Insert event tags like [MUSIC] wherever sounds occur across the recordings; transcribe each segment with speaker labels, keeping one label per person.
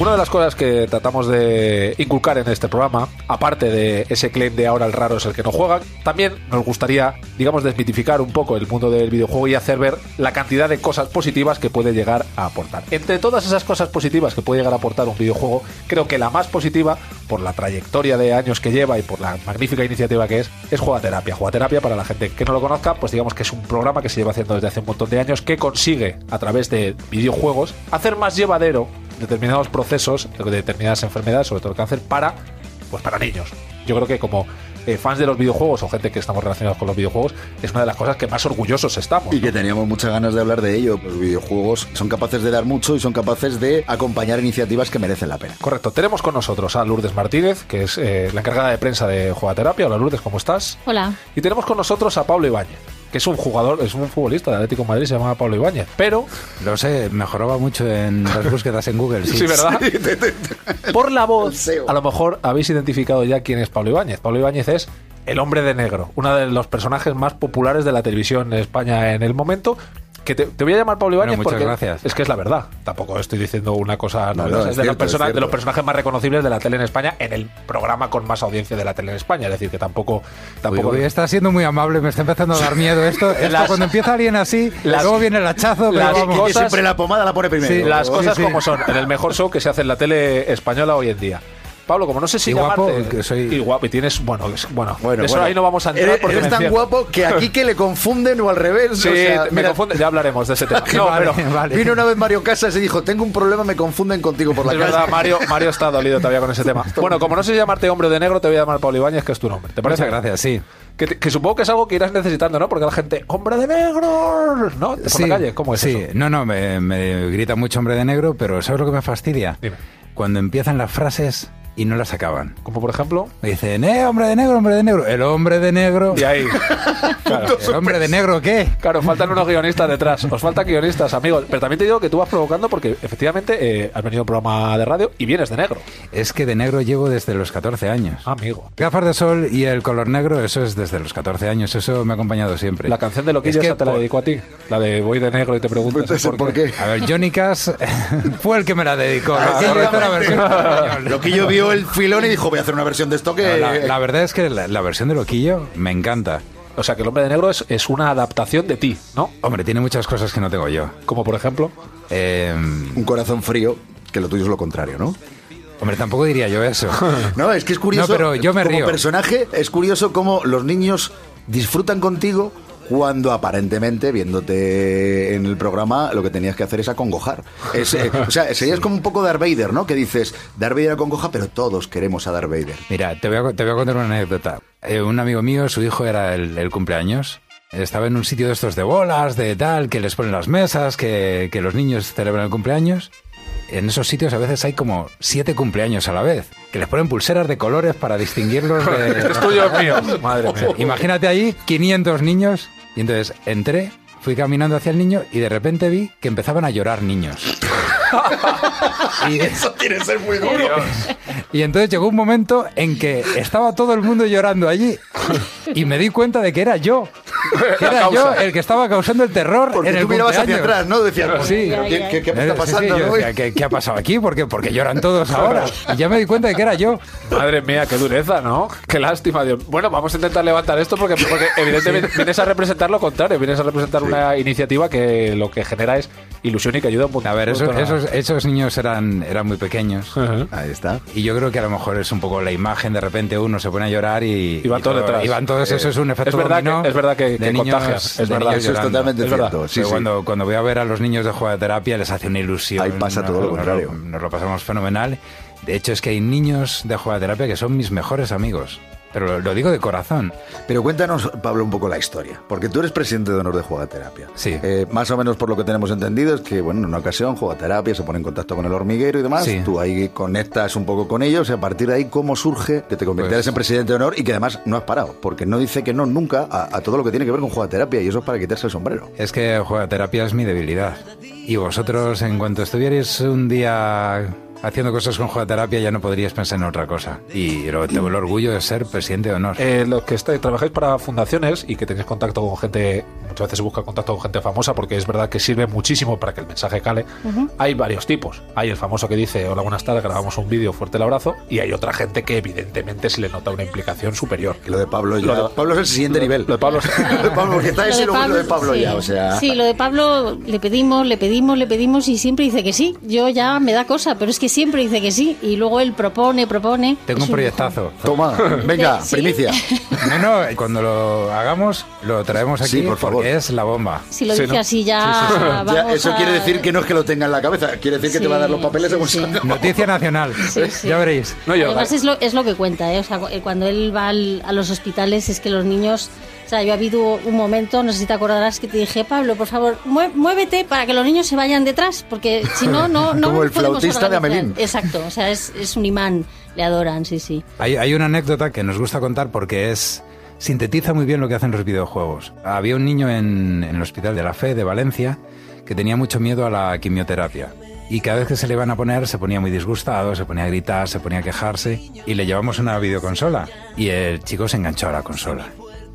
Speaker 1: Una de las cosas que tratamos de inculcar en este programa, aparte de ese claim de ahora el raro es el que no juega, también nos gustaría, digamos, desmitificar un poco el mundo del videojuego y hacer ver la cantidad de cosas positivas que puede llegar a aportar. Entre todas esas cosas positivas que puede llegar a aportar un videojuego, creo que la más positiva, por la trayectoria de años que lleva y por la magnífica iniciativa que es, es Jugaterapia. Jugaterapia, para la gente que no lo conozca, pues digamos que es un programa que se lleva haciendo desde hace un montón de años que consigue, a través de videojuegos, hacer más llevadero determinados procesos de determinadas enfermedades, sobre todo el cáncer, para, pues para niños. Yo creo que como eh, fans de los videojuegos o gente que estamos relacionados con los videojuegos, es una de las cosas que más orgullosos estamos.
Speaker 2: Y que teníamos muchas ganas de hablar de ello. pues Los videojuegos son capaces de dar mucho y son capaces de acompañar iniciativas que merecen la pena.
Speaker 1: Correcto, tenemos con nosotros a Lourdes Martínez, que es eh, la encargada de prensa de Jugaterapia. Hola Lourdes, ¿cómo estás?
Speaker 3: Hola.
Speaker 1: Y tenemos con nosotros a Pablo Ibáñez, que es un jugador, es un futbolista de Atlético de Madrid, se llama Pablo Ibáñez. Pero,
Speaker 4: Lo sé, mejoraba mucho
Speaker 1: [LAUGHS]
Speaker 4: en las búsquedas en Google. Sí,
Speaker 1: sí,
Speaker 2: [LAUGHS]
Speaker 1: ¿verdad? Por la voz,
Speaker 2: El SEO.
Speaker 1: a lo mejor habéis identificado ya quién es Pablo Ibáñez. Pablo Ibáñez es el hombre de negro, uno de los personajes más populares de la televisión en España en el momento. Que te, te voy a llamar Pablo Ibáñez
Speaker 4: muchas
Speaker 1: porque
Speaker 4: gracias.
Speaker 1: es que es la verdad. Tampoco estoy diciendo una cosa
Speaker 2: No, no,
Speaker 1: novedosa.
Speaker 2: es
Speaker 1: es de, los
Speaker 2: cierto, es
Speaker 1: persona- de
Speaker 2: cierto.
Speaker 1: los personajes más reconocibles de la tele en España en el programa con más audiencia de la tele en España. Es decir, que tampoco...
Speaker 4: Uy,
Speaker 1: tampoco
Speaker 4: uy, está siendo muy amable, me está empezando a dar
Speaker 1: [LAUGHS]
Speaker 4: miedo esto. Esto,
Speaker 1: Las-
Speaker 4: cuando empieza alguien así,
Speaker 1: [LAUGHS] las-
Speaker 4: luego viene el hachazo, pero
Speaker 1: las
Speaker 4: vamos.
Speaker 1: cosas-
Speaker 2: Y siempre la pomada la pone primero.
Speaker 1: Sí, las
Speaker 4: Sí,
Speaker 1: cosas
Speaker 4: sí.
Speaker 1: como son. En el mejor show que se hace en la tele española hoy en día. Pablo, como no sé si
Speaker 4: Y guapo,
Speaker 1: llamarte-
Speaker 4: que soy-
Speaker 1: Y guapo, y tienes... Bueno, es- bueno,
Speaker 2: Bueno,
Speaker 1: eso
Speaker 2: bueno.
Speaker 1: ahí no vamos a entrar
Speaker 2: Eres,
Speaker 1: porque
Speaker 2: eres
Speaker 1: me
Speaker 2: tan
Speaker 1: encierro.
Speaker 2: guapo que aquí que le confunden o al revés.
Speaker 1: [LAUGHS] Sí,
Speaker 2: o sea,
Speaker 1: te- me
Speaker 2: mira,
Speaker 1: [LAUGHS] confunde. Ya hablaremos de ese
Speaker 4: [LAUGHS]
Speaker 1: tema. No,
Speaker 4: Vale,
Speaker 1: pero
Speaker 4: vale.
Speaker 2: Vino una vez Mario Casas y dijo, tengo un problema, me confunden contigo por la
Speaker 1: es
Speaker 2: calle". [LAUGHS]
Speaker 1: verdad, Mario, Mario está dolido todavía con ese
Speaker 4: [LAUGHS]
Speaker 1: tema. Bueno, como no sé llamarte hombre de negro, te voy a llamar Pablo Ibáñez, que es tu nombre. ¿Te parece?
Speaker 4: Muchas gracias, sí.
Speaker 1: Que, te- que supongo que es algo que irás necesitando, ¿no? Porque la gente, hombre de negro, ¿no? Por
Speaker 4: Sí,
Speaker 1: la calle, ¿cómo es
Speaker 4: sí.
Speaker 1: eso?
Speaker 4: No, no, me, me grita mucho hombre de negro, pero ¿sabes lo que me fastidia?
Speaker 1: Dime.
Speaker 4: Cuando empiezan las frases y no las acaban.
Speaker 1: Como por ejemplo...
Speaker 4: Me dicen, eh, hombre de negro, hombre de negro. El hombre de negro.
Speaker 1: Y
Speaker 4: [LAUGHS]
Speaker 1: ahí... Claro.
Speaker 4: ¿El
Speaker 1: [LAUGHS]
Speaker 4: hombre de negro qué?
Speaker 1: Claro, faltan unos guionistas detrás. Os faltan guionistas, amigos. Pero también te digo que tú vas provocando porque efectivamente eh, has venido a un programa de radio y vienes de negro.
Speaker 4: Es que de negro llevo desde los 14 años.
Speaker 1: Amigo.
Speaker 4: Gafas de sol y el color negro, eso es desde los 14 años, eso me ha acompañado siempre.
Speaker 1: La canción de
Speaker 4: Es
Speaker 1: Loquillo
Speaker 4: que
Speaker 1: esa te la
Speaker 4: por-
Speaker 1: dedico a ti. La de voy de negro y te preguntas
Speaker 2: Entonces,
Speaker 1: por
Speaker 2: ¿por qué?
Speaker 4: A ver, Johnny Cash [LAUGHS] fue el que me la dedicó.
Speaker 1: Ah,
Speaker 4: La,
Speaker 2: Sí,
Speaker 4: correcta
Speaker 2: la-
Speaker 4: versión en
Speaker 1: [LAUGHS]
Speaker 4: español.
Speaker 2: Loquillo vio el filón y dijo, voy a hacer una versión de esto que...
Speaker 4: La, la verdad es que la, la versión de Loquillo me encanta.
Speaker 1: O sea, que el hombre de negro es, es una adaptación de ti, ¿no?
Speaker 4: Hombre, tiene muchas cosas que no tengo yo.
Speaker 1: Como por ejemplo...
Speaker 4: Eh,
Speaker 2: Un corazón frío, que lo tuyo es lo contrario, ¿no?
Speaker 4: hombre, tampoco diría
Speaker 1: [LAUGHS]
Speaker 4: yo eso.
Speaker 2: No, es que es curioso.
Speaker 4: No, pero yo me
Speaker 2: como
Speaker 4: río.
Speaker 2: personaje, es curioso cómo los niños disfrutan contigo cuando aparentemente, viéndote en el programa, lo que tenías que hacer es acongojar. Es, eh, o sea, serías como un poco Darth Vader, ¿no? Que dices, Darth Vader acongoja, pero todos queremos a Darth Vader.
Speaker 4: Mira, te voy a, co- te voy a contar una anécdota. Eh, un amigo mío, su hijo era el, el cumpleaños. Estaba en un sitio de estos de bolas, de tal, que les ponen las mesas, que, que los niños celebran el cumpleaños. En esos sitios a veces hay como siete cumpleaños a la vez, que les ponen pulseras de colores para distinguirlos de...
Speaker 1: [LAUGHS] Esto es
Speaker 4: [LAUGHS]
Speaker 1: tuyo, es mío. Madre mía.
Speaker 4: Imagínate allí 500 niños. Y entonces entré, fui caminando hacia el niño y de repente vi que empezaban a llorar niños. y, y entonces llegó un momento en que estaba todo el mundo llorando allí y me di cuenta de que era yo. Que
Speaker 1: La
Speaker 4: era
Speaker 1: causa.
Speaker 4: yo el que estaba causando el terror
Speaker 2: Porque
Speaker 4: en el
Speaker 2: tú mirabas hacia
Speaker 4: cumpleaños.
Speaker 2: atrás, ¿no? Decías, pues,
Speaker 4: Sí.
Speaker 2: ¿qué, qué- qué me está
Speaker 4: Sí, sí,
Speaker 2: pasando?
Speaker 4: yo
Speaker 2: no?
Speaker 4: decía, ¿qué, qué ha pasado aquí? ¿Por qué? Porque lloran todos ahora. Y ya me di cuenta de que era yo.
Speaker 1: Madre mía, qué dureza, ¿no? Qué lástima, Dios. Bueno, vamos a intentar levantar esto porque, porque evidentemente vienes a representar lo contrario, vienes a representar una iniciativa que lo que genera es ilusión y que ayuda un montón.
Speaker 4: A ver, esos,
Speaker 1: montón a-
Speaker 4: esos, esos niños eran, eran muy pequeños.
Speaker 1: Ajá.
Speaker 2: Ahí está.
Speaker 4: Y yo creo que a lo mejor es un poco la imagen, de repente uno se pone a llorar y...
Speaker 1: Y van todos detrás.
Speaker 4: Y van todos, eso es un efecto
Speaker 1: es verdad
Speaker 4: dominó
Speaker 1: que- es verdad que-
Speaker 4: de
Speaker 1: que
Speaker 4: niños-
Speaker 1: contagia, es
Speaker 4: de
Speaker 1: verdad,
Speaker 2: Eso
Speaker 4: niños
Speaker 2: es
Speaker 4: llorando.
Speaker 2: totalmente
Speaker 1: Es verdad.
Speaker 2: cierto. Sí,
Speaker 4: Pero
Speaker 2: sí.
Speaker 4: Cuando, cuando voy a ver a los niños de juego de terapia les hace una ilusión.
Speaker 2: Ahí pasa todo lo
Speaker 4: nos-
Speaker 2: contrario.
Speaker 4: Nos, lo pasamos fenomenal. De hecho, es que hay niños de juego de terapia que son mis mejores amigos. Pero lo, lo digo de corazón.
Speaker 2: Pero cuéntanos, Pablo, un poco la historia, porque tú eres presidente de honor de Jugaterapia.
Speaker 4: Sí.
Speaker 2: Eh, más o menos por lo que tenemos entendido es que, bueno, en una ocasión Jugaterapia se pone en contacto con el hormiguero y demás,
Speaker 4: Sí.
Speaker 2: tú ahí conectas un poco con ellos y a partir de ahí, ¿cómo surge que te convirtieras
Speaker 4: Pues-
Speaker 2: en presidente de honor y que además no has parado? Porque no dice que no nunca a, a todo lo que tiene que ver con Jugaterapia y eso es para quitarse el sombrero.
Speaker 4: Es que juego de terapia es mi debilidad. Y vosotros, en cuanto estuvierais un día haciendo cosas con jugaterapia ya no podrías pensar en otra cosa. Y lo- tengo el orgullo de ser presidente de honor.
Speaker 1: Eh, los que estáis, trabajáis para fundaciones y que tenéis contacto con gente, muchas veces se busca contacto con gente famosa porque es verdad que sirve muchísimo para que el mensaje cale. Hay varios tipos. Hay el famoso que dice, hola, buenas tardes, grabamos un vídeo, fuerte el abrazo. Y hay otra gente que evidentemente se le nota una implicación superior.
Speaker 2: Que lo de Pablo ya. Pablo es el siguiente nivel.
Speaker 1: Lo de Pablo
Speaker 2: [LAUGHS] Lo de Pablo, porque está
Speaker 3: Lo
Speaker 2: ese
Speaker 3: de
Speaker 2: y luego lo de
Speaker 3: Pablo-
Speaker 2: Pablo
Speaker 3: sí.
Speaker 2: ya, o sea.
Speaker 3: Sí, lo de Pablo le pedimos, le pedimos, le pedimos y siempre dice que sí. Yo ya me da cosa, pero es que siempre dice que sí. Y luego él propone, propone.
Speaker 4: Tengo
Speaker 3: Es
Speaker 4: un proyectazo.
Speaker 2: Toma, venga,
Speaker 3: Sí.
Speaker 2: primicia.
Speaker 3: [LAUGHS]
Speaker 4: No, no, cuando lo hagamos lo traemos aquí
Speaker 2: Sí, por favor.
Speaker 4: porque es la bomba.
Speaker 3: Si lo
Speaker 1: Sí,
Speaker 3: dice
Speaker 1: ¿no?
Speaker 3: así ya...
Speaker 2: Ya,
Speaker 3: vamos
Speaker 2: eso
Speaker 3: a-
Speaker 2: quiere decir que no es que lo tenga en la cabeza, quiere decir que te va a dar los
Speaker 3: Sí,
Speaker 2: papeles
Speaker 3: sí,
Speaker 2: según
Speaker 3: sí.
Speaker 2: salga.
Speaker 4: Noticia nacional.
Speaker 3: Sí, sí.
Speaker 4: Ya veréis.
Speaker 1: No yo,
Speaker 3: Además es lo, es lo que cuenta, ¿eh? O sea, cu- eh, cuando él va al- a los hospitales es que los niños... O sea, yo ha habido un momento, no sé si te acordarás, que te dije, Pablo, por favor, mué- muévete para que los niños se vayan detrás, porque si
Speaker 2: [LAUGHS]
Speaker 3: no, no... no
Speaker 2: Como el
Speaker 3: podemos
Speaker 2: flautista de
Speaker 3: organizar".
Speaker 2: Amelín.
Speaker 3: Exacto, o sea, es, es un imán, le adoran, sí, sí.
Speaker 4: Hay, hay una anécdota que nos gusta contar porque es sintetiza muy bien lo que hacen los videojuegos. Había un niño en, en el Hospital de la Fe de Valencia que tenía mucho miedo a la quimioterapia. Y cada vez que se le iban a poner se ponía muy disgustado, se ponía a gritar, se ponía a quejarse y le llevamos una videoconsola. Y el chico se enganchó a la consola.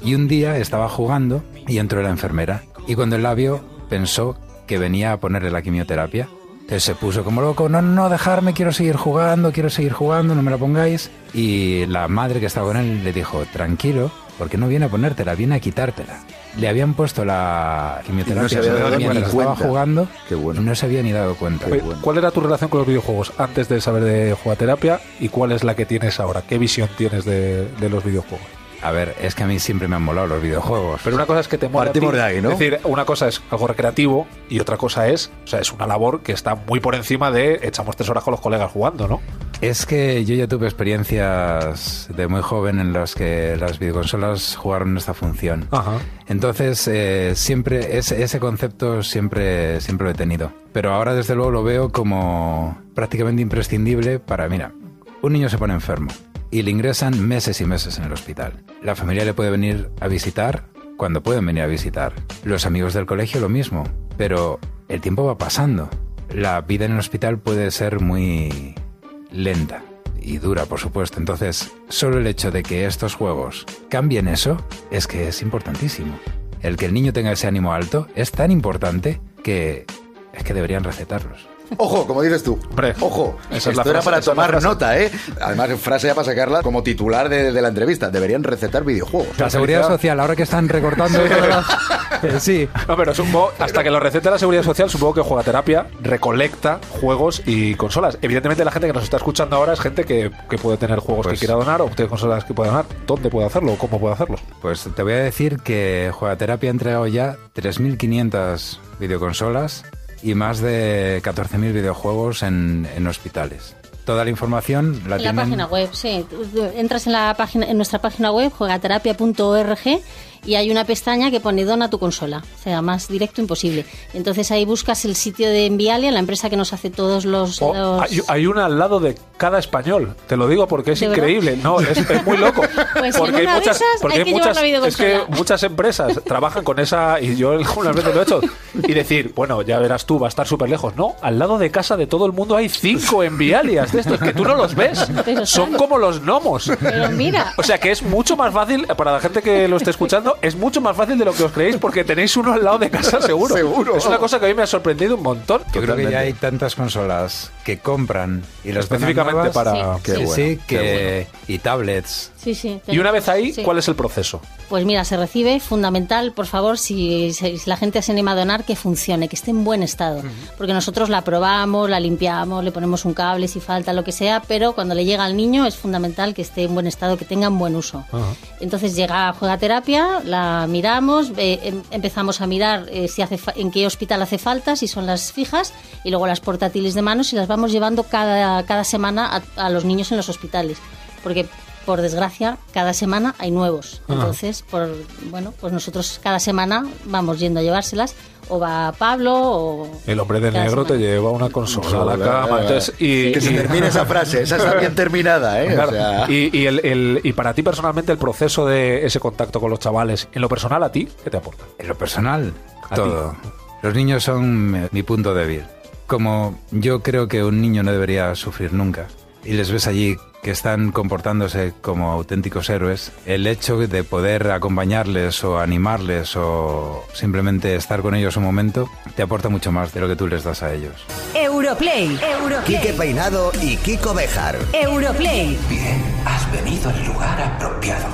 Speaker 4: Y un día estaba jugando y entró la enfermera. Y cuando el labio pensó que venía a ponerle la quimioterapia, entonces se puso como loco, no, no, no, dejarme, quiero seguir jugando, quiero seguir jugando, no me la pongáis. Y la madre que estaba con él le dijo, tranquilo, porque no viene a ponértela, viene a quitártela. Le habían puesto la quimioterapia
Speaker 2: Y no se había dado ni
Speaker 4: mientras estaba
Speaker 2: cuenta.
Speaker 4: jugando
Speaker 2: Qué bueno.
Speaker 4: y no se había ni dado cuenta.
Speaker 1: Oye, ¿Cuál era tu relación con los videojuegos antes de saber de jugaterapia y cuál es la que tienes ahora? ¿Qué visión tienes de, de los videojuegos?
Speaker 4: A ver, es que a mí siempre me han molado los videojuegos.
Speaker 1: Pero una cosa es que te mola a
Speaker 2: Partimos
Speaker 1: ti.
Speaker 2: de ahí, ¿no?
Speaker 1: Es decir, una cosa es algo recreativo y otra cosa es, o sea, es una labor que está muy por encima de echamos tres horas con los colegas jugando, ¿no?
Speaker 4: Es que yo ya tuve experiencias de muy joven en las que las videoconsolas jugaron esta función.
Speaker 1: Ajá.
Speaker 4: Entonces, eh, siempre ese, ese concepto siempre, siempre lo he tenido. Pero ahora, desde luego, lo veo como prácticamente imprescindible para, mira, un niño se pone enfermo y le ingresan meses y meses en el hospital. La familia le puede venir a visitar cuando pueden venir a visitar. Los amigos del colegio lo mismo. Pero el tiempo va pasando. La vida en el hospital puede ser muy lenta y dura, por supuesto. Entonces, solo el hecho de que estos juegos cambien eso es que es importantísimo. El que el niño tenga ese ánimo alto es tan importante que es que deberían recetarlos.
Speaker 2: Ojo, como dices tú.
Speaker 1: Hombre,
Speaker 2: Ojo,
Speaker 1: esa es la
Speaker 2: esto era
Speaker 1: frase,
Speaker 2: para
Speaker 1: esa es la
Speaker 2: tomar
Speaker 1: frase.
Speaker 2: nota, ¿eh? Además, frase ya para sacarla como titular de, de la entrevista. Deberían recetar videojuegos.
Speaker 4: La seguridad social, ahora que están recortando, Eh, sí.
Speaker 1: No, pero supongo, hasta que lo receta la seguridad social, supongo que jugaterapia recolecta juegos y consolas. Evidentemente, la gente que nos está escuchando ahora es gente que, que puede tener juegos
Speaker 4: Pues-
Speaker 1: que quiera donar o tiene consolas que pueda donar. ¿Dónde puede hacerlo o cómo puede hacerlo?
Speaker 4: Pues te voy a decir que Juegaterapia ha entregado ya 3.500 videoconsolas y más de 14.000 videojuegos en, en hospitales. Toda la información la
Speaker 3: En la
Speaker 4: tienen...
Speaker 3: página web, sí. Entras en la página, en nuestra página web, juegaterapia.org, y hay una pestaña que pone dona tu consola. O sea, más directo imposible. Entonces ahí buscas el sitio de Envialia, la empresa que nos hace todos los.
Speaker 1: O-
Speaker 3: los-
Speaker 1: Oh, hay, hay una al lado de cada español. Te lo digo porque es
Speaker 3: ¿De verdad?
Speaker 1: increíble. No, es, es muy loco.
Speaker 3: [LAUGHS] Pues en una de esas hay que llevar la
Speaker 1: es que
Speaker 3: videoconsola.
Speaker 1: muchas
Speaker 3: [LAUGHS]
Speaker 1: empresas trabajan con esa y yo algunas veces lo he hecho y decir, bueno, ya verás tú, va a estar súper lejos. No, al lado de casa de todo el mundo hay cinco envialias de estos que tú no los ves.
Speaker 3: Pero
Speaker 1: Son
Speaker 3: claro.
Speaker 1: como los gnomos.
Speaker 3: Pero
Speaker 1: [LAUGHS]
Speaker 3: mira.
Speaker 1: O sea que es mucho más fácil, para la gente que lo esté escuchando, es mucho más fácil de lo que os creéis porque tenéis uno al lado de casa seguro.
Speaker 2: Seguro.
Speaker 1: Es una cosa que a mí me ha sorprendido un montón.
Speaker 4: Yo creo que ya hay tantas consolas que compran y las donan
Speaker 1: Específicamente
Speaker 4: nuevas.
Speaker 1: para...
Speaker 3: Sí, Qué sí. bueno,
Speaker 4: Sí, que y tablets.
Speaker 3: Sí, sí.
Speaker 1: Y una vez ahí,
Speaker 3: Sí.
Speaker 1: ¿cuál es el proceso?
Speaker 3: Pues mira, se recibe, fundamental, por favor, si, si la gente se anima a donar, que funcione, que esté en buen estado. Porque nosotros la probamos, la limpiamos, le ponemos un cable si falta, lo que sea, pero cuando le llega al niño es fundamental que esté en buen estado, que tenga un buen uso. Entonces llega a juega terapia, la miramos, eh, em- empezamos a mirar eh, si hace fa- en qué hospital hace falta, si son las fijas, y luego las portátiles de manos y las vamos llevando cada, cada semana a- a los niños en los hospitales. Porque por desgracia, cada semana hay nuevos. Entonces, por, bueno, pues nosotros cada semana vamos yendo a llevárselas. O va Pablo o...
Speaker 1: El hombre de
Speaker 3: cada
Speaker 1: negro te
Speaker 3: semana.
Speaker 1: lleva una consola a la cama. entonces, y,
Speaker 2: que se
Speaker 1: y-
Speaker 2: termine esa frase, esa está bien terminada, ¿eh?
Speaker 1: claro,
Speaker 2: o sea,
Speaker 1: y- y el- el- y para ti personalmente el proceso de ese contacto con los chavales, en lo personal a ti, ¿qué te aporta?
Speaker 4: En lo personal,
Speaker 1: A
Speaker 4: todo. Los niños son mi- mi punto débil. como yo creo que un niño no debería sufrir nunca. Y les ves allí que están comportándose como auténticos héroes, el hecho de poder acompañarles o animarles o simplemente estar con ellos un momento te aporta mucho más de lo que tú les das a ellos.
Speaker 5: Europlay.
Speaker 6: Quique
Speaker 5: Europlay.
Speaker 6: Peinado y Kiko Bejar.
Speaker 5: Europlay.
Speaker 7: Bien, has venido al lugar apropiado.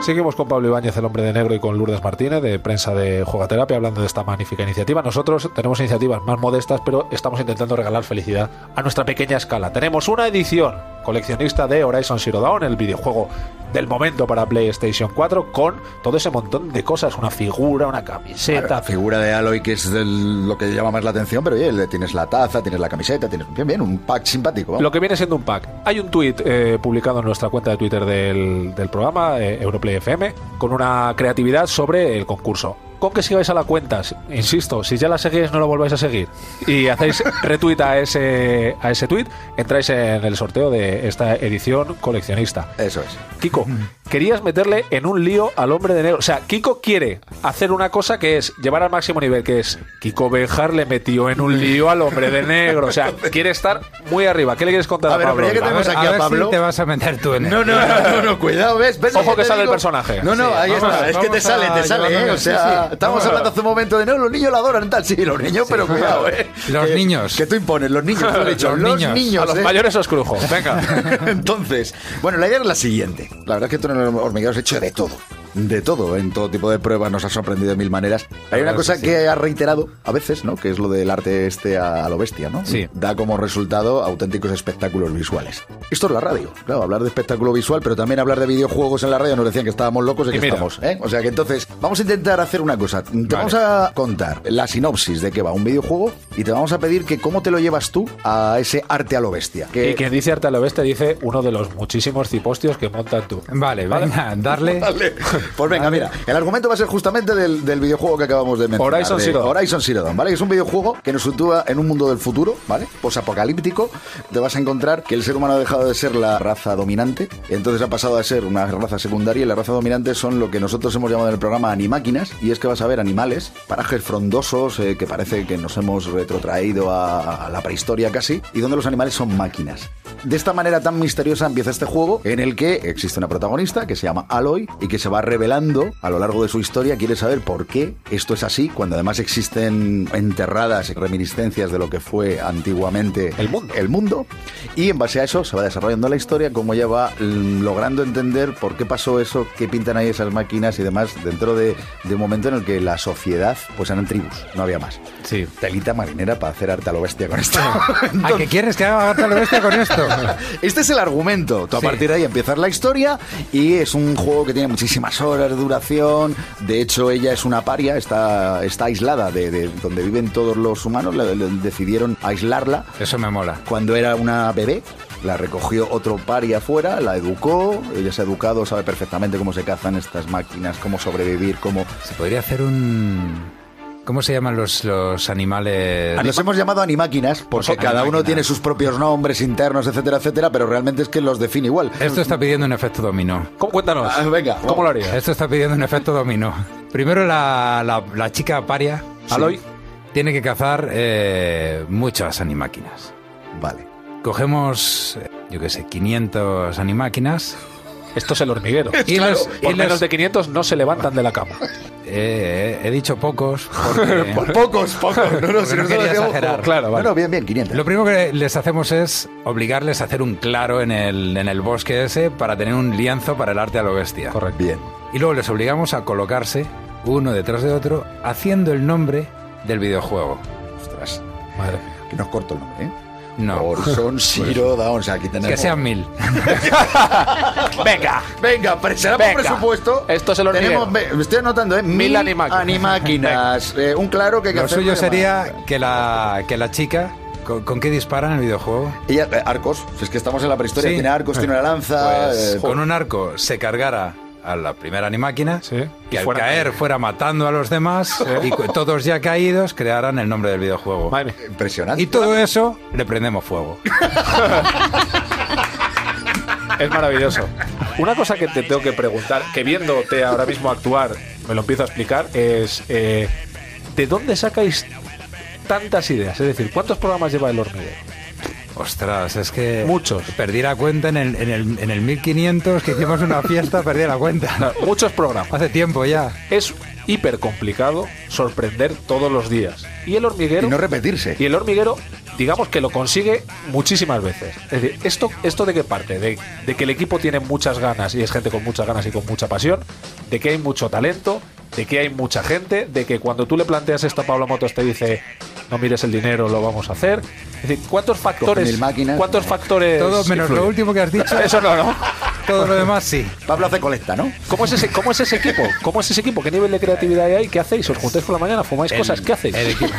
Speaker 1: Seguimos con Pablo Ibáñez, el hombre de negro, y con Lourdes Martínez, de prensa de Jugaterapia, hablando de esta magnífica iniciativa. Nosotros tenemos iniciativas más modestas, pero estamos intentando regalar felicidad a nuestra pequeña escala. Tenemos una edición coleccionista de Horizon Zero Dawn, el videojuego del momento para PlayStation 4, con todo ese montón de cosas, una figura, una camiseta,
Speaker 2: La figura de Aloy, que es del- lo que llama más la atención, pero oye, le tienes la taza, tienes la camiseta, tienes bien, bien, un pack simpático. vamos.
Speaker 1: Lo que viene siendo un pack. Hay un tuit eh, publicado en nuestra cuenta de Twitter del, del programa, eh, Europlay FM, con una creatividad sobre el concurso. Con que sigáis a la cuenta, si- insisto, si ya la seguís no la volváis a seguir y hacéis retweet a ese, a ese tweet, entráis en el sorteo de esta edición coleccionista.
Speaker 2: Eso es.
Speaker 1: Kiko, querías meterle en un lío al hombre de negro. O sea, Kiko quiere hacer una cosa que es llevar al máximo nivel, que es Kiko Bejar le metió en un lío al hombre de negro. O sea, quiere estar muy arriba. ¿Qué le quieres contar a,
Speaker 2: A ver,
Speaker 1: Pablo?
Speaker 2: hombre, ya que
Speaker 4: A ver,
Speaker 2: Tenemos aquí
Speaker 4: a
Speaker 2: a
Speaker 4: ver
Speaker 2: Pablo.
Speaker 4: si te vas a meter tú en él.
Speaker 2: No, no, no, no, cuidado, ¿ves? ¿Ves lo
Speaker 1: Ojo que
Speaker 2: te
Speaker 1: sale el personaje.
Speaker 2: No, no,
Speaker 4: Sí,
Speaker 2: ahí
Speaker 4: vamos,
Speaker 2: está. Es que
Speaker 4: vamos
Speaker 2: te sale,
Speaker 4: a
Speaker 2: te sale,
Speaker 4: llevarlo
Speaker 2: ¿eh?
Speaker 4: bien,
Speaker 2: O sea,
Speaker 4: sí, sí.
Speaker 2: estamos hablando hace un momento de no, los niños la adoran, tal. Sí, los niños, pero cuidado, ¿eh?
Speaker 4: Los
Speaker 2: Que-
Speaker 4: niños.
Speaker 2: Que tú impones, los niños, [LAUGHS] lo he dicho.
Speaker 4: Los
Speaker 2: Los
Speaker 4: niños.
Speaker 2: niños.
Speaker 1: a los
Speaker 2: ¿eh?
Speaker 1: mayores os crujo.
Speaker 2: [LAUGHS]
Speaker 1: Venga.
Speaker 2: Entonces, bueno, la idea es la siguiente. La verdad es que tú en el hormiguero has hecho de todo. De todo, en todo tipo de pruebas nos ha sorprendido de mil maneras. Hay una
Speaker 4: Claro,
Speaker 2: cosa
Speaker 4: sí, sí.
Speaker 2: que ha reiterado a veces, ¿no? Que es lo del arte este a, a lo bestia, ¿no?
Speaker 4: Sí.
Speaker 2: Da como resultado auténticos espectáculos visuales. Esto es la radio, claro, hablar de espectáculo visual, pero también hablar de videojuegos en la radio nos decían que estábamos locos y que
Speaker 1: mira.
Speaker 2: estamos, ¿eh? O sea que entonces, vamos a intentar hacer una cosa. Te vamos a contar la sinopsis de qué va un videojuego y te vamos a pedir que cómo te lo llevas tú a ese arte a lo bestia. Que-
Speaker 1: y quien dice arte a la bestia dice uno de los muchísimos cipostios que montan tú.
Speaker 4: Vale, venga, darle.
Speaker 2: Pues venga, mira, el argumento va a ser justamente del, del videojuego que acabamos de mencionar.
Speaker 1: Horizon
Speaker 2: de
Speaker 1: Zero Dawn.
Speaker 2: Horizon Zero Dawn, ¿vale? Que es un videojuego que nos sitúa en un mundo del futuro, ¿vale? Posapocalíptico. Te vas a encontrar que el ser humano ha dejado de ser la raza dominante, entonces ha pasado a ser una raza secundaria y la raza dominante son lo que nosotros hemos llamado en el programa animáquinas, y es que vas a ver animales, parajes frondosos, eh, que parece que nos hemos retrotraído a, a la prehistoria casi, y donde los animales son máquinas. De esta manera tan misteriosa empieza este juego en el que existe una protagonista que se llama Aloy y que se va revelando a lo largo de su historia, quiere saber por qué esto es así, cuando además existen enterradas reminiscencias de lo que fue antiguamente
Speaker 1: El mundo.
Speaker 2: el mundo y en base a eso se va desarrollando la historia, cómo ella va mm, logrando entender por qué pasó eso, qué pintan ahí esas máquinas y demás dentro de, de un momento en el que la sociedad pues eran tribus, no había más.
Speaker 4: Sí.
Speaker 2: Telita marinera para hacer harta lo bestia
Speaker 1: [LAUGHS]
Speaker 2: con esto.
Speaker 4: ¿A qué quieres que haga gato a lo bestia con esto?
Speaker 2: Este es el argumento. Tú a
Speaker 4: Sí.
Speaker 2: partir de ahí empiezas la historia y es un juego que tiene muchísimas horas de duración. De hecho, ella es una paria, está, está aislada de, de donde viven todos los humanos. Le- le- decidieron aislarla
Speaker 4: [LAUGHS] Eso me mola.
Speaker 2: cuando era una bebé. La recogió otro pari afuera, la educó, ella se ha educado, sabe perfectamente cómo se cazan estas máquinas, cómo sobrevivir, cómo...
Speaker 4: Se podría hacer un... ¿Cómo se llaman los, los animales?
Speaker 2: Los hemos llamado animáquinas porque
Speaker 4: Nosotros-
Speaker 2: cada uno
Speaker 4: animáquinas.
Speaker 2: tiene sus propios nombres internos, etcétera, etcétera, pero realmente es que los define igual.
Speaker 4: Esto está pidiendo un efecto dominó.
Speaker 1: [LAUGHS] ¿Cómo? Cuéntanos.
Speaker 2: Ah, venga,
Speaker 1: ¿Cómo
Speaker 2: vamos.
Speaker 1: lo harías?
Speaker 4: Esto está pidiendo un efecto dominó. Primero la, la- la chica paria,
Speaker 1: Aloy.
Speaker 4: tiene que cazar eh, muchas animáquinas.
Speaker 2: Vale.
Speaker 4: Cogemos, eh, yo qué sé, 500 animáquinas.
Speaker 1: [LAUGHS] Esto es el
Speaker 2: [LAUGHS]
Speaker 1: hormiguero.
Speaker 4: Y las- y
Speaker 1: Por
Speaker 4: las-
Speaker 1: menos de 500 no se levantan de la cama.
Speaker 4: Eh, eh, he dicho pocos
Speaker 1: [LAUGHS]
Speaker 4: porque...
Speaker 2: Pocos, pocos. No,
Speaker 4: Porque no quería exagerar.
Speaker 1: Claro, vale.
Speaker 2: No, no, bien, bien, 500.
Speaker 4: Lo primero que les hacemos es obligarles a hacer un claro en el, en el bosque ese para tener un lienzo para el arte a lo bestia.
Speaker 1: Correcto.
Speaker 2: Bien.
Speaker 4: Y luego les obligamos a colocarse uno detrás de otro haciendo el nombre del videojuego.
Speaker 2: Ostras,
Speaker 1: Madre mía.
Speaker 2: que no es corto el nombre, ¿eh?
Speaker 4: No. [LAUGHS] Pues
Speaker 2: Horizon Zero Dawn. O sea, aquí tenemos...
Speaker 4: Que sean mil.
Speaker 1: Venga.
Speaker 2: Venga, pre- será por
Speaker 1: Venga.
Speaker 2: presupuesto.
Speaker 1: Esto es el hormiguero.
Speaker 2: tenemos, ve- me Estoy anotando, ¿eh? Mil,
Speaker 1: animáquinas.
Speaker 4: [LAUGHS]
Speaker 2: animáquinas. Eh, un claro que hay que
Speaker 4: Lo
Speaker 2: hacer ¿eh?
Speaker 4: suyo
Speaker 2: una
Speaker 4: sería
Speaker 2: llamada.
Speaker 4: que la, que la chica... ¿Con, con qué disparan el videojuego?
Speaker 2: Ella, eh, arcos. Si es que estamos en la prehistoria.
Speaker 4: Sí.
Speaker 2: Tiene arcos, tiene una lanza.
Speaker 4: Pues
Speaker 2: eh,
Speaker 4: con un arco se cargara a la primera animáquina
Speaker 1: Sí. Y
Speaker 4: que al
Speaker 1: fuera-
Speaker 4: caer fuera matando a los demás y cu- todos ya caídos crearan el nombre del videojuego.
Speaker 1: Madre mía.
Speaker 2: Impresionante.
Speaker 4: Y todo eso le prendemos fuego.
Speaker 1: Es maravilloso. Una cosa que te tengo que preguntar, que viéndote ahora mismo actuar, me lo empiezo a explicar, es eh, ¿de dónde sacáis tantas ideas? Es decir, ¿cuántos programas lleva el hormiguero?
Speaker 4: Ostras, es
Speaker 2: Eh,
Speaker 4: que.
Speaker 1: Muchos.
Speaker 4: Perdí la cuenta en el, en el, en el 1500 que hicimos una fiesta, perdí la cuenta.
Speaker 1: Claro, Muchos programas.
Speaker 4: Hace tiempo ya.
Speaker 1: Es hiper complicado sorprender todos los días. Y el hormiguero.
Speaker 2: Y no repetirse.
Speaker 1: Y el hormiguero, digamos que lo consigue muchísimas veces. Es decir, ¿esto, esto de qué parte? De, de que el equipo tiene muchas ganas y es gente con muchas ganas y con mucha pasión, de que hay mucho talento, de que hay mucha gente, de que cuando tú le planteas esto a Pablo Motos te dice, no mires el dinero, lo vamos a hacer. Es decir, ¿cuántos factores?
Speaker 2: mil máquinas.
Speaker 1: ¿Cuántos factores?
Speaker 4: Todo menos lo
Speaker 1: influyen?
Speaker 4: último que has dicho.
Speaker 1: [LAUGHS] Eso no, ¿no?
Speaker 4: Todo lo demás sí.
Speaker 2: Pablo hace colecta, ¿no?
Speaker 1: ¿Cómo es, ese, ¿Cómo es ese equipo? ¿Cómo es ese equipo? ¿Qué nivel de creatividad hay? ¿Qué hacéis? ¿Os juntáis por la mañana? ¿Fumáis cosas?
Speaker 4: El-
Speaker 1: ¿Qué hacéis?
Speaker 4: el equipo.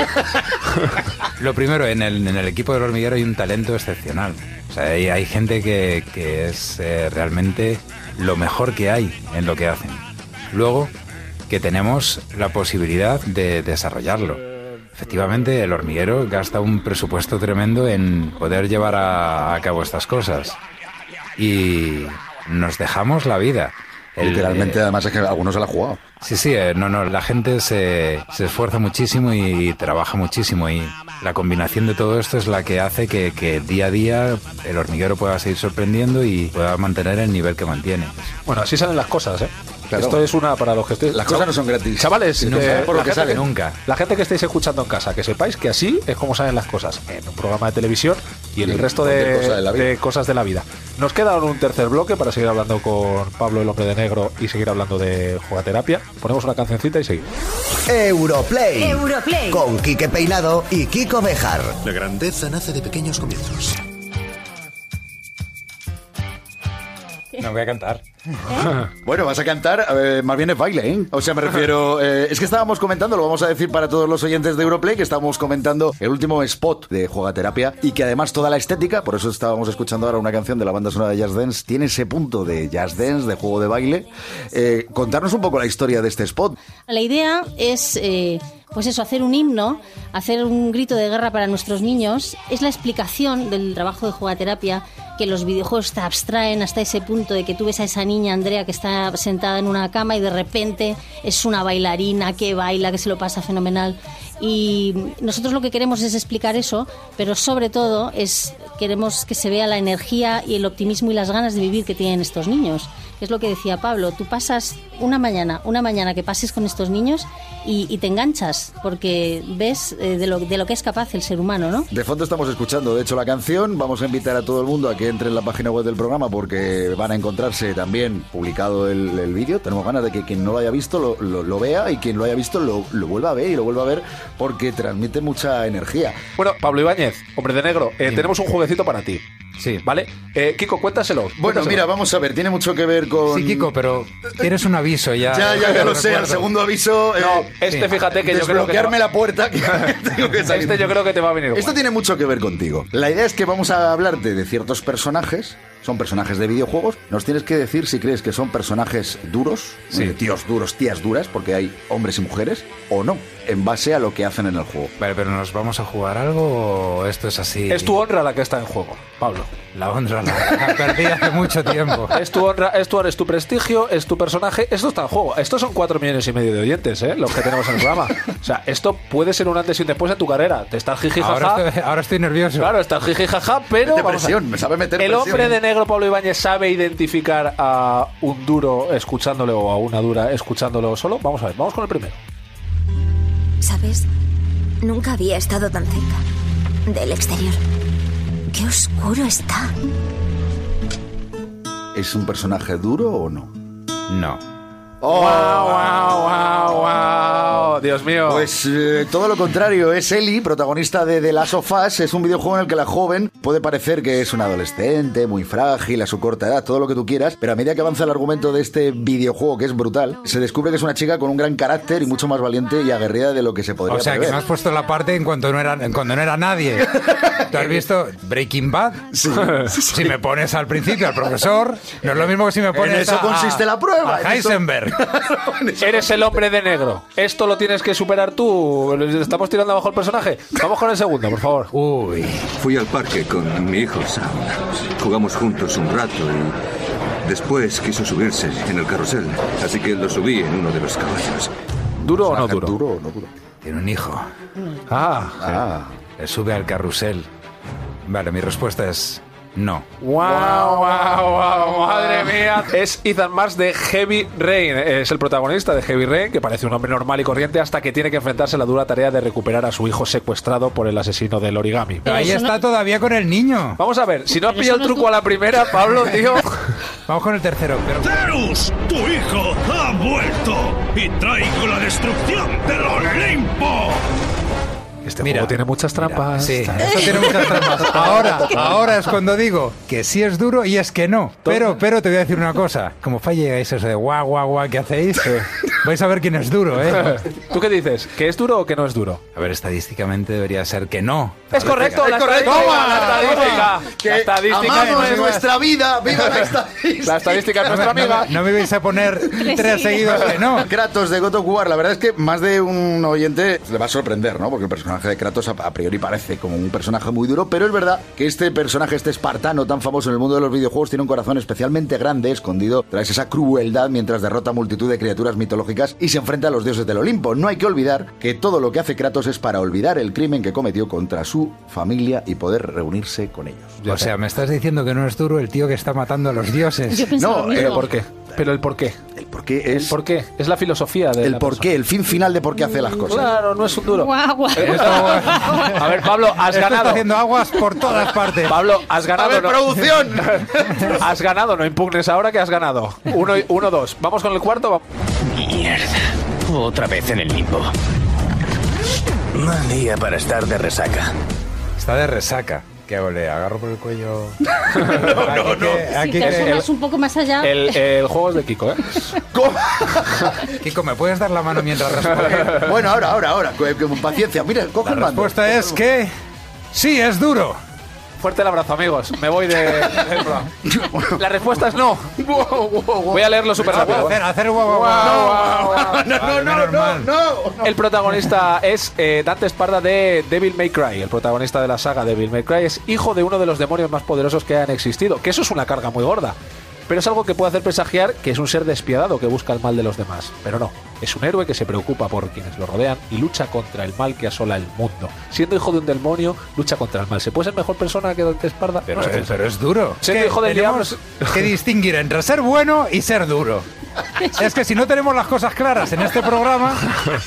Speaker 4: [LAUGHS] Lo primero, en el, en el equipo del hormiguero hay un talento excepcional. O sea, hay, hay gente que, que es eh, realmente lo mejor que hay en lo que hacen. Luego, que tenemos la posibilidad de desarrollarlo. Efectivamente, el hormiguero gasta un presupuesto tremendo en poder llevar a, a cabo estas cosas. Y nos dejamos la vida. El-
Speaker 2: Literalmente, además es que algunos se la ha jugado.
Speaker 4: Sí, sí, eh, no, no, la gente se, se esfuerza muchísimo y, trabaja muchísimo y la combinación de todo esto es la que hace que, que día a día el hormiguero pueda seguir sorprendiendo y pueda mantener el nivel que mantiene.
Speaker 1: Bueno, así salen las cosas, ¿eh?
Speaker 2: Claro.
Speaker 1: Esto es una para los que estéis.
Speaker 2: Las cosas no son gratis.
Speaker 1: Chavales,
Speaker 4: No,
Speaker 1: eh,
Speaker 4: por lo
Speaker 1: la
Speaker 4: que
Speaker 1: gente
Speaker 4: sale, nunca.
Speaker 1: La gente que estáis escuchando en casa, que sepáis que así es como salen las cosas en un programa de televisión y en
Speaker 2: Y
Speaker 1: el resto
Speaker 2: cualquier
Speaker 1: de,
Speaker 2: cosa de la vida.
Speaker 1: de cosas de la vida. Nos queda un tercer bloque para seguir hablando con Pablo, el hombre de negro, y seguir hablando de jugaterapia. Ponemos una cancioncita y seguimos.
Speaker 6: Europlay.
Speaker 5: Europlay.
Speaker 6: Con Quique Peinado y Kiko Bejar.
Speaker 8: La grandeza nace de pequeños comienzos.
Speaker 4: No voy a cantar.
Speaker 2: Bueno, vas a cantar, eh, más bien es baile, ¿eh? O sea, me refiero. eh, es que estábamos comentando, lo vamos a decir para todos los oyentes de Europlay, que estábamos comentando el último spot de Juegaterapia y que además toda la estética, por eso estábamos escuchando ahora una canción de la banda sonora de Jazz Dance, tiene ese punto de Jazz Dance, de juego de baile. Eh, contarnos un poco la historia de este spot.
Speaker 3: La idea es, eh, pues eso, hacer un himno, hacer un grito de guerra para nuestros niños. Es la explicación del trabajo de jugaterapia que los videojuegos te abstraen hasta ese punto de que tú ves a esa niña, Andrea, que está sentada en una cama y de repente es una bailarina que baila, que se lo pasa fenomenal. Y nosotros lo que queremos es explicar eso, pero sobre todo es queremos que se vea la energía y el optimismo y las ganas de vivir que tienen estos niños. Es lo que decía Pablo, tú pasas una mañana, una mañana que pases con estos niños y, y te enganchas, porque ves eh, de, lo, de lo que es capaz el ser humano, ¿no?
Speaker 2: De fondo estamos escuchando, de hecho, la canción. Vamos a invitar a todo el mundo a que entre en la página web del programa porque van a encontrarse también publicado el, el vídeo. Tenemos ganas de que quien no lo haya visto lo, lo- lo vea y quien lo haya visto lo, lo vuelva a ver y lo vuelva a ver porque transmite mucha energía.
Speaker 1: Bueno, Pablo Ibáñez, hombre de negro, eh, tenemos un jueguecito para ti.
Speaker 4: Sí.
Speaker 1: ¿Vale? Eh, Kiko, cuéntaselo.
Speaker 2: Bueno,
Speaker 1: cuéntaselo.
Speaker 2: mira, vamos a ver, tiene mucho que ver con.
Speaker 4: Sí, Kiko, pero tienes un aviso ya.
Speaker 2: Ya, ya, [LAUGHS] ya lo sé, al
Speaker 4: Recuerdo.
Speaker 2: segundo aviso. eh,
Speaker 1: No, este
Speaker 4: sí.
Speaker 1: fíjate que yo creo que. te
Speaker 2: desbloquearme
Speaker 1: va-
Speaker 2: la puerta que [LAUGHS] tengo que salir.
Speaker 1: Este yo creo que te va a venir.
Speaker 2: Esto
Speaker 1: guay.
Speaker 2: tiene mucho que ver contigo. La idea es que vamos a hablarte de ciertos personajes. Son personajes de videojuegos. Nos tienes que decir si crees que son personajes duros, eh, tíos duros, tías duras, porque hay hombres y mujeres, o no, en base a lo que hacen en el juego.
Speaker 4: Vale, pero ¿nos vamos a jugar algo o esto es así?
Speaker 1: Es tu honra la que está en juego, Pablo.
Speaker 4: La honra, la, la perdí hace mucho tiempo.
Speaker 1: Es tu honra, es tu, es tu prestigio, es tu personaje. Esto está en juego. Estos son 4 millones y medio de oyentes, ¿eh? Los que tenemos en el programa. O sea, esto puede ser un antes y un después de tu carrera. Te estás jiji
Speaker 4: Ahora
Speaker 1: jaja.
Speaker 4: estoy, ahora estoy nervioso.
Speaker 1: Claro, estás jiji jaja, pero.
Speaker 2: Mete
Speaker 1: vamos a-
Speaker 2: presión, me sabe meter
Speaker 1: El
Speaker 2: presión.
Speaker 1: hombre de negro Pablo Ibáñez sabe identificar a un duro escuchándole o a una dura escuchándolo solo. Vamos a ver, vamos con el primero.
Speaker 9: ¿Sabes? Nunca había estado tan cerca del exterior. Qué oscuro está.
Speaker 2: ¿Es un personaje duro o no?
Speaker 4: No.
Speaker 1: ¡Wow, wow, wow! Dios mío.
Speaker 2: Pues eh, todo lo contrario, es Ellie, protagonista de The Last of Us. Es un videojuego en el que la joven puede parecer que es una adolescente, muy frágil, a su corta edad, todo lo que tú quieras, pero a medida que avanza el argumento de este videojuego, que es brutal, se descubre que es una chica con un gran carácter y mucho más valiente y aguerrida de lo que se podría
Speaker 4: O sea, que
Speaker 2: prever.
Speaker 4: me has puesto la parte en cuanto no era, en cuando no
Speaker 2: [LAUGHS]
Speaker 4: era nadie. ¿Tú has visto Breaking Bad? Si me pones al principio al profesor, no es lo mismo que si me pones
Speaker 2: eso
Speaker 4: a-
Speaker 2: consiste la prueba,
Speaker 4: a
Speaker 2: en eso-
Speaker 4: Heisenberg.
Speaker 1: Eres el hombre de negro. Esto lo tienes que superar tú. Estamos tirando abajo el personaje. Vamos con el segundo, por favor.
Speaker 4: Uy,
Speaker 8: Fui al parque con mi hijo Sam. Jugamos juntos un rato y después quiso subirse en el carrusel, así que lo subí en uno de los caballos.
Speaker 1: Ah, ¿Duro o no duro?
Speaker 2: Ah, ¿Duro o no duro?
Speaker 4: Tiene un hijo.
Speaker 1: Ah.
Speaker 2: Ah,
Speaker 4: Le sube al carrusel. Vale, mi respuesta es no.
Speaker 1: Wow, wow, wow, madre mía. Es Ethan Mars de Heavy Rain. Es el protagonista de Heavy Rain, que parece un hombre normal y corriente hasta que tiene que enfrentarse a la dura tarea de recuperar a su hijo secuestrado por el asesino del origami.
Speaker 4: Pero ahí
Speaker 3: eso
Speaker 4: está
Speaker 3: no-
Speaker 4: todavía con el niño.
Speaker 1: Vamos a ver, si Eh, no has
Speaker 3: Pero
Speaker 1: pillado
Speaker 3: eso
Speaker 1: el
Speaker 3: no es
Speaker 1: truco
Speaker 3: tu-
Speaker 1: a la primera, [LAUGHS] Pablo, tío.
Speaker 4: Vamos con el tercero. Pero...
Speaker 10: ¡Zeus! ¡Tu hijo ha vuelto! ¡Y traigo la destrucción del Olimpo!
Speaker 1: Este
Speaker 4: Mira,
Speaker 1: juego tiene muchas
Speaker 4: mira,
Speaker 1: trampas.
Speaker 4: Sí,
Speaker 1: [LAUGHS]
Speaker 4: esto tiene muchas trampas. Ah, [LAUGHS] Ahora, ahora es cuando digo que sí es duro y es que no. Pero, pero te voy a decir una cosa. Como falléis eso de guau, guau, guau que hacéis, vais a ver quién es duro, ¿eh? [LAUGHS]
Speaker 1: ¿Tú qué dices? ¿Que es duro o que no es duro?
Speaker 4: A ver, estadísticamente debería ser que no.
Speaker 1: Es correcto, la estadística. la estadística.
Speaker 2: que
Speaker 1: La estadística
Speaker 2: amamos
Speaker 1: es nuestra.
Speaker 2: nuestra vida,
Speaker 1: [LAUGHS]
Speaker 2: viva la estadística.
Speaker 1: La estadística es
Speaker 4: No me-
Speaker 1: nuestra
Speaker 4: no me-
Speaker 1: amiga.
Speaker 4: No, me vais a poner tres seguidos que [LAUGHS] no.
Speaker 2: [LAUGHS] Kratos de God of War, la verdad es que más de un oyente le va a sorprender, ¿no? Porque el personaje de Kratos a, a priori parece como un personaje muy duro, pero es verdad que este personaje, este espartano tan famoso en el mundo de los videojuegos, tiene un corazón especialmente grande, escondido tras esa crueldad mientras derrota a multitud de criaturas mitológicas y se enfrenta a los dioses del Olimpo. No hay que olvidar que todo lo que hace Kratos es para olvidar el crimen que cometió contra su familia y poder reunirse con ellos.
Speaker 4: O sea, me estás diciendo que no es duro el tío que está matando a los dioses.
Speaker 3: Yo pienso
Speaker 2: No,
Speaker 3: lo mismo.
Speaker 2: pero
Speaker 1: ¿Por qué? Pero el por qué.
Speaker 2: El por qué
Speaker 1: El
Speaker 2: es...
Speaker 1: por qué. Es la filosofía de
Speaker 2: El
Speaker 1: la
Speaker 2: por qué, el fin final de por qué hace las
Speaker 1: persona.
Speaker 2: cosas.
Speaker 1: Claro, no es un duro. Eh,
Speaker 3: Guau, guau.
Speaker 1: A ver, Pablo, has
Speaker 4: Esto está
Speaker 1: ganado.
Speaker 4: haciendo aguas por [LAUGHS] todas partes.
Speaker 1: Pablo, has ganado.
Speaker 2: A ver,
Speaker 1: ¿no?
Speaker 2: producción.
Speaker 1: [LAUGHS] has ganado, no impugnes ahora que has ganado. Uno, y- uno dos. Vamos con el cuarto. va-
Speaker 10: Mierda. Otra vez en el limbo. Mal día para estar de resaca.
Speaker 4: Está de resaca. ¿Qué hago? ¿Le agarro por el cuello? [LAUGHS] no, no.
Speaker 3: Si te asomas un poco más allá,
Speaker 1: El, el juego es de Kiko, ¿eh?
Speaker 4: Kiko, ¿me puedes dar la mano mientras [LAUGHS] responde?
Speaker 2: Bueno, ahora, ahora, ahora, con, con paciencia. Mira, coge
Speaker 4: La
Speaker 2: el mando.
Speaker 4: respuesta es que sí, es duro.
Speaker 1: Fuerte el abrazo, amigos. Me voy de, del programa.
Speaker 4: [LAUGHS]
Speaker 1: La respuesta es no. Voy a leerlo súper rápido.
Speaker 4: Hacer, hacer guau, guau,
Speaker 1: Guau,
Speaker 4: guau.
Speaker 1: guau, guau.
Speaker 4: [LAUGHS] No, no, no,
Speaker 1: El protagonista es eh, Dante Esparda de Devil May Cry. El protagonista de la saga Devil May Cry es hijo de uno de los demonios más poderosos que han existido. Que eso es una carga muy gorda. Pero es algo que puede hacer presagiar que es un ser despiadado que busca el mal de los demás. Pero no, es un héroe que se preocupa por quienes lo rodean y lucha contra el mal que asola el mundo. Siendo hijo de un demonio, lucha contra el mal. ¿Se puede ser mejor persona que Dante Esparda?
Speaker 4: Pero,
Speaker 1: No se
Speaker 4: es-
Speaker 1: puede.
Speaker 4: pero es duro.
Speaker 1: Ser
Speaker 4: Que
Speaker 1: hijo del
Speaker 4: tenemos
Speaker 1: diablo es-
Speaker 4: que distinguir entre ser bueno y
Speaker 1: [LAUGHS]
Speaker 4: ser duro. Es que si no tenemos las cosas claras en este programa,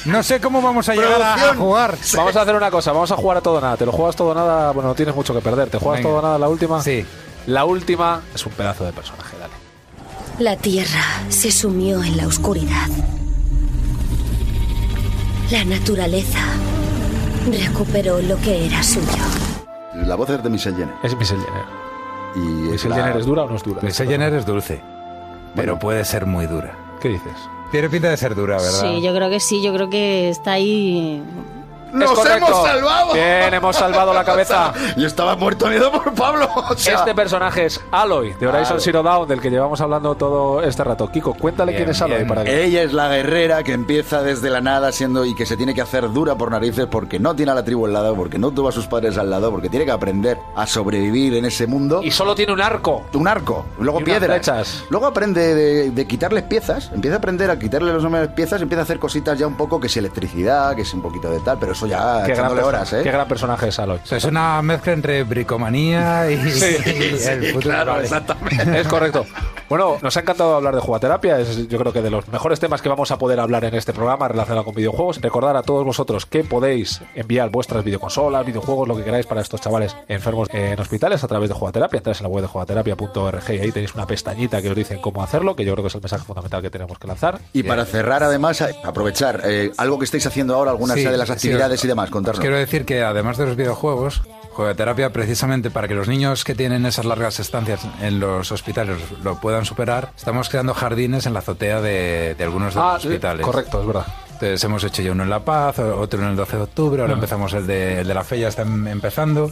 Speaker 4: no sé cómo vamos a llegar a- a,
Speaker 2: Producción.
Speaker 4: jugar.
Speaker 1: Vamos a hacer una cosa, vamos a jugar a todo o nada. Te lo juegas todo o nada, bueno, no tienes mucho que perder. ¿Te juegas
Speaker 4: Venga.
Speaker 1: todo o nada la última?
Speaker 4: Sí.
Speaker 1: La última es un pedazo de personaje, dale.
Speaker 9: La tierra se sumió en la oscuridad. La naturaleza recuperó lo que era suyo.
Speaker 2: La voz es de Michelle Jenner.
Speaker 1: Es Michelle Jenner.
Speaker 2: Y es
Speaker 1: ¿Michelle
Speaker 2: la-
Speaker 1: Jenner es dura o no es dura?
Speaker 4: Esa Jenner es dulce, pero puede ser muy dura.
Speaker 1: ¿Qué dices?
Speaker 4: Tiene pinta de ser dura, ¿verdad?
Speaker 3: sí, yo creo que sí, yo creo que está ahí.
Speaker 2: ¡Nos
Speaker 1: Es correcto.
Speaker 2: hemos salvado! [LAUGHS]
Speaker 1: Bien, hemos salvado la cabeza.
Speaker 2: Yo estaba muerto de miedo por Pablo. o sea,
Speaker 1: Este personaje es Aloy, de Horizon Zero Dawn, del que llevamos hablando todo este rato. Kiko, cuéntale
Speaker 4: Bien,
Speaker 1: quién es Aloy
Speaker 4: bien.
Speaker 1: para que...
Speaker 2: Ella es la guerrera que empieza desde la nada siendo y que se tiene que hacer dura por narices porque no tiene a la tribu al lado, porque no tuvo a sus padres al lado, porque tiene que aprender a sobrevivir en ese mundo.
Speaker 1: Y solo tiene un arco.
Speaker 2: un arco, luego
Speaker 1: Y unas
Speaker 2: piedras.
Speaker 1: flechas.
Speaker 2: Luego aprende de, de quitarles piezas, empieza a aprender a quitarle los nombres piezas, empieza a hacer cositas ya un poco que es electricidad, que es un poquito de tal, pero eso
Speaker 1: Qué
Speaker 2: ya
Speaker 1: gran,
Speaker 2: echándole
Speaker 1: perso-
Speaker 2: horas, ¿eh?
Speaker 1: qué gran personaje es Aloy.
Speaker 4: O sea, es una mezcla entre bricomanía y, y [LAUGHS] el
Speaker 1: [LAUGHS]
Speaker 4: futuro. Vale.
Speaker 1: Pues Es correcto. Bueno, nos ha encantado hablar de jugaterapia. Es, yo creo que de los mejores temas que vamos a poder hablar en este programa relacionado con videojuegos. Recordar a todos vosotros que podéis enviar vuestras videoconsolas, videojuegos, lo que queráis para estos chavales enfermos en hospitales a través de jugaterapia. Entráis en la web de jugaterapia.org y ahí tenéis una pestañita que os dicen cómo hacerlo, que yo creo que es el mensaje fundamental que tenemos que lanzar.
Speaker 2: Y para cerrar, además, a- aprovechar eh, algo que estáis haciendo ahora, algunas
Speaker 4: Sí,
Speaker 2: de las
Speaker 4: sí,
Speaker 2: actividades
Speaker 4: os-
Speaker 2: y demás,
Speaker 4: Os
Speaker 2: contarnos.
Speaker 4: quiero decir que además de los videojuegos, juegoterapia precisamente para que los niños que tienen esas largas estancias en los hospitales lo puedan superar, estamos creando jardines en la azotea de, de algunos de los
Speaker 1: Ah, sí,
Speaker 4: hospitales.
Speaker 1: correcto, es verdad.
Speaker 4: Entonces hemos hecho ya uno en La Paz, o- otro en el 12 de octubre, ahora empezamos el de, el de la fe, ya está em- empezando.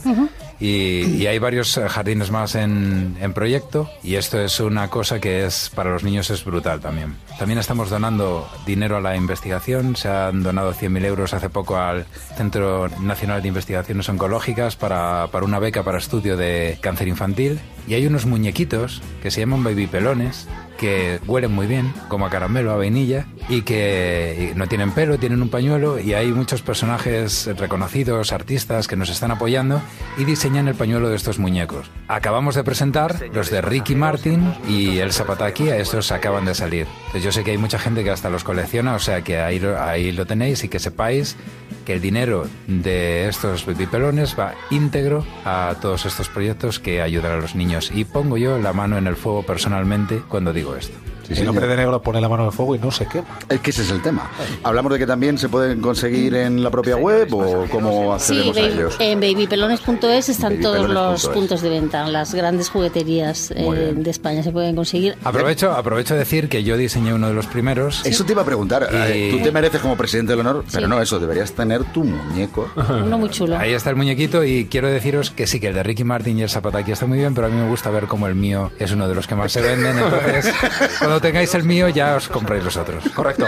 Speaker 4: y, y hay varios eh, jardines más en, en proyecto. Y esto es una cosa que es para los niños es brutal también. También estamos donando dinero a la investigación. Se han donado 100.000 euros hace poco al Centro Nacional de Investigaciones Oncológicas para, para una beca para estudio de cáncer infantil. Y hay unos muñequitos que se llaman baby pelones que huelen muy bien, como a caramelo, a vainilla, y que no tienen pelo, tienen un pañuelo, y hay muchos personajes reconocidos, artistas, que nos están apoyando y diseñan el pañuelo de estos muñecos. Acabamos de presentar los de Ricky Martin y el Zapataki, a estos acaban de salir. Entonces, yo sé que hay mucha gente que hasta los colecciona, o sea que ahí, lo- ahí lo tenéis y que sepáis que el dinero de estos bipelones va íntegro a todos estos proyectos que ayudan a los niños. Y pongo yo la mano en el fuego personalmente cuando digo esto.
Speaker 1: el hombre de negro pone la mano en el fuego y no se quema.
Speaker 2: Es que ese es el tema. Hablamos de que también se pueden conseguir en la propia web o cómo
Speaker 3: Sí, eh,
Speaker 2: accedemos a
Speaker 3: baby-
Speaker 2: ellos.
Speaker 3: en babypelones.es están todos los
Speaker 2: babypelones.es.
Speaker 3: puntos de venta. Las grandes jugueterías eh, de España se pueden conseguir.
Speaker 4: Aprovecho, aprovecho de decir que yo diseñé uno de los primeros.
Speaker 2: Eso te iba a preguntar. eh,
Speaker 4: Y-
Speaker 2: Tú te mereces como presidente del honor, pero
Speaker 3: Sí.
Speaker 2: no eso, deberías tener tu muñeco.
Speaker 3: Uno muy chulo.
Speaker 4: Ahí está el muñequito y quiero deciros que sí, que el de Ricky Martin y el Zapataki está muy bien, pero a mí me gusta ver cómo el mío es uno de los que más se venden. Entonces, cuando tengáis el mío ya os compráis los otros. [LAUGHS]
Speaker 1: Correcto.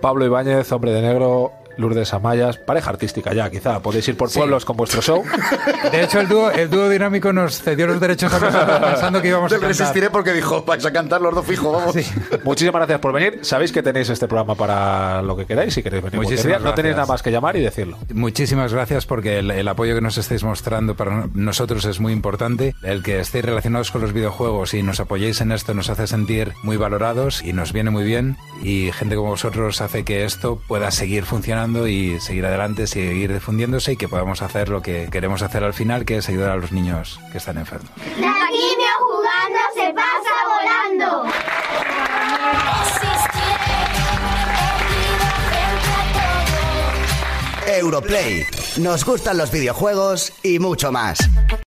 Speaker 1: Pablo Ibáñez, hombre de negro, Lourdes Amayas, pareja artística ya, quizá. Podéis ir por pueblos con vuestro show.
Speaker 4: [LAUGHS] De hecho, el dúo, el dúo dinámico nos cedió los derechos a nosotros pensando que íbamos a
Speaker 2: Te
Speaker 4: cantar.
Speaker 2: resistiré porque dijo, vais a cantar los dos fijos, vamos.
Speaker 1: Muchísimas gracias por venir. Sabéis que tenéis este programa para lo que queráis, si queréis venir. cualquier
Speaker 4: Muchísimas
Speaker 1: día. No tenéis
Speaker 4: gracias.
Speaker 1: nada más que llamar y decirlo.
Speaker 4: Muchísimas gracias porque el, el apoyo que nos estáis mostrando para no- nosotros es muy importante. El que estéis relacionados con los videojuegos y nos apoyéis en esto nos hace sentir muy valorados y nos viene muy bien. Y gente como vosotros hace que esto pueda seguir funcionando y seguir adelante, seguir difundiéndose y que podamos hacer lo que queremos hacer al final, que es ayudar a los niños que están enfermos.
Speaker 11: La quimio jugando se pasa volando.
Speaker 6: Europlay. Nos gustan los videojuegos y mucho más.